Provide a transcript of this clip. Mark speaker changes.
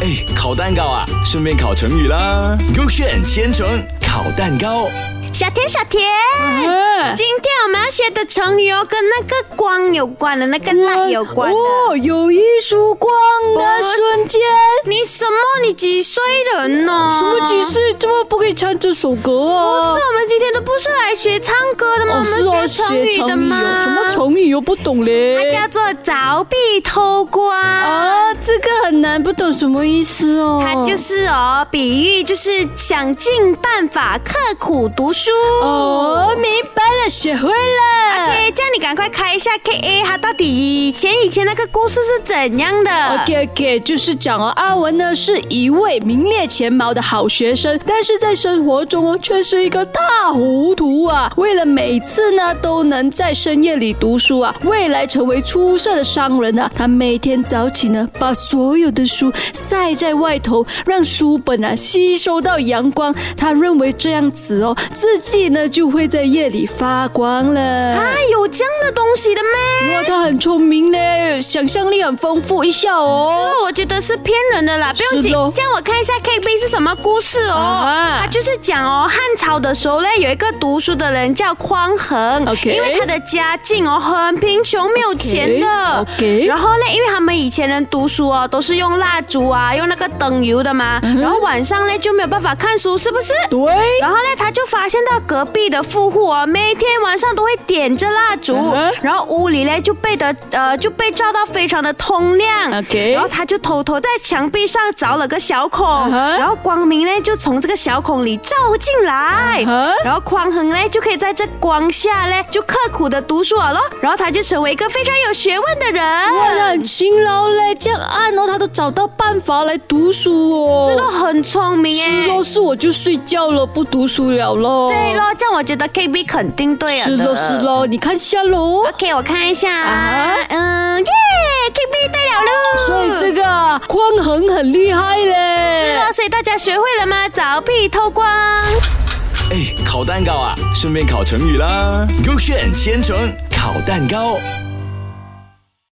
Speaker 1: 哎，烤蛋糕啊，顺便烤成语啦。勾选千层烤蛋糕，
Speaker 2: 小田，小田，
Speaker 3: 嗯
Speaker 2: 今天我们要学的成语哦，跟那个光有关的，那个蜡哎有关的。
Speaker 3: 哦，有一束光的
Speaker 2: 不是
Speaker 3: 瞬间。
Speaker 2: 你什么？你几岁人呢、
Speaker 3: 什么几？岁？怎么不可以唱这首歌
Speaker 2: 不
Speaker 3: 啊？
Speaker 2: 是，我们今天都不是来学唱歌的吗？
Speaker 3: 哦，是
Speaker 2: 我
Speaker 3: 啊，
Speaker 2: 们学成
Speaker 3: 写
Speaker 2: 语
Speaker 3: 成
Speaker 2: 的
Speaker 3: 语
Speaker 2: 吗？
Speaker 3: 哦，什么成语又不懂
Speaker 2: 它
Speaker 3: 嘞
Speaker 2: 叫？做凿壁偷光。
Speaker 3: 啊，这个很难，不懂什么意思哦。
Speaker 2: 它就是哦，比喻就是想尽办法刻苦读书。
Speaker 3: 哦，明白了，学会了。
Speaker 2: OK，这样你赶快开一下 KA，它到底以前以前那个故事是怎样的
Speaker 3: OK OK，就是讲哦，阿文呢是一位名列前茅的好学生，但是在生活中哦却是一个大糊涂啊。为了每次呢都能在深夜里读书啊，未来成为出色的商人啊，他每天早起呢把所有的书晒在外头，让书本啊吸收到阳光。他认为这样子哦，自己呢就会在夜里发光了。
Speaker 2: 啊，有这样的东西的咩？
Speaker 3: 哇，他很聪明嘞，想象力很丰富，一下哦。
Speaker 2: 那我觉得是啊骗人的啦，不用
Speaker 3: 是
Speaker 2: 紧
Speaker 3: 咯。
Speaker 2: 这样我看一下 KB 是什么故事哦。
Speaker 3: 啊
Speaker 2: 它，就是讲哦，汉朝的时候嘞，有一个读书的人叫匡衡
Speaker 3: OK
Speaker 2: 因为他的家境哦很贫穷，没有钱的。
Speaker 3: OK，OK
Speaker 2: 然后嘞，因为他们以前人读书哦，都是用蜡烛啊，用那个灯油的嘛。
Speaker 3: 嗯
Speaker 2: 然后晚上嘞就没有办法看书，是不是？
Speaker 3: 对，
Speaker 2: 然后呢，他就发现到隔壁的富户哦，每天晚上都会点着蜡烛
Speaker 3: 嗯哼
Speaker 2: 然后屋里呢就被的呃就被照到非常的通亮。
Speaker 3: OK
Speaker 2: 然后他就偷偷在墙壁上凿了个小孔
Speaker 3: 嗯哼
Speaker 2: 然后光明呢就从这个小孔里照进来
Speaker 3: 嗯哼
Speaker 2: 然后匡衡呢就可以在这光下呢就刻苦的读书了咯，然后他就成为一个非常有学问的人。
Speaker 3: 哇，他很勤劳嘞，这样按哦，他都找到办法来读书哦。
Speaker 2: 真的很聪明
Speaker 3: 是
Speaker 2: 哎
Speaker 3: 咯，。是我就睡觉了，不读书了咯。
Speaker 2: 对咯，这样我觉得 KB 肯定对了
Speaker 3: 是
Speaker 2: 的。
Speaker 3: 咯是咯，你看下喽。
Speaker 2: OK，我看一下，
Speaker 3: 啊
Speaker 2: 嗯，耶，KB 对了喽。
Speaker 3: 所以这个啊匡衡很厉害嘞。
Speaker 2: 是了，所以大家学会了吗？凿壁偷光。
Speaker 1: 哎，烤蛋糕啊，顺便烤成语啦。勾选千层烤蛋糕。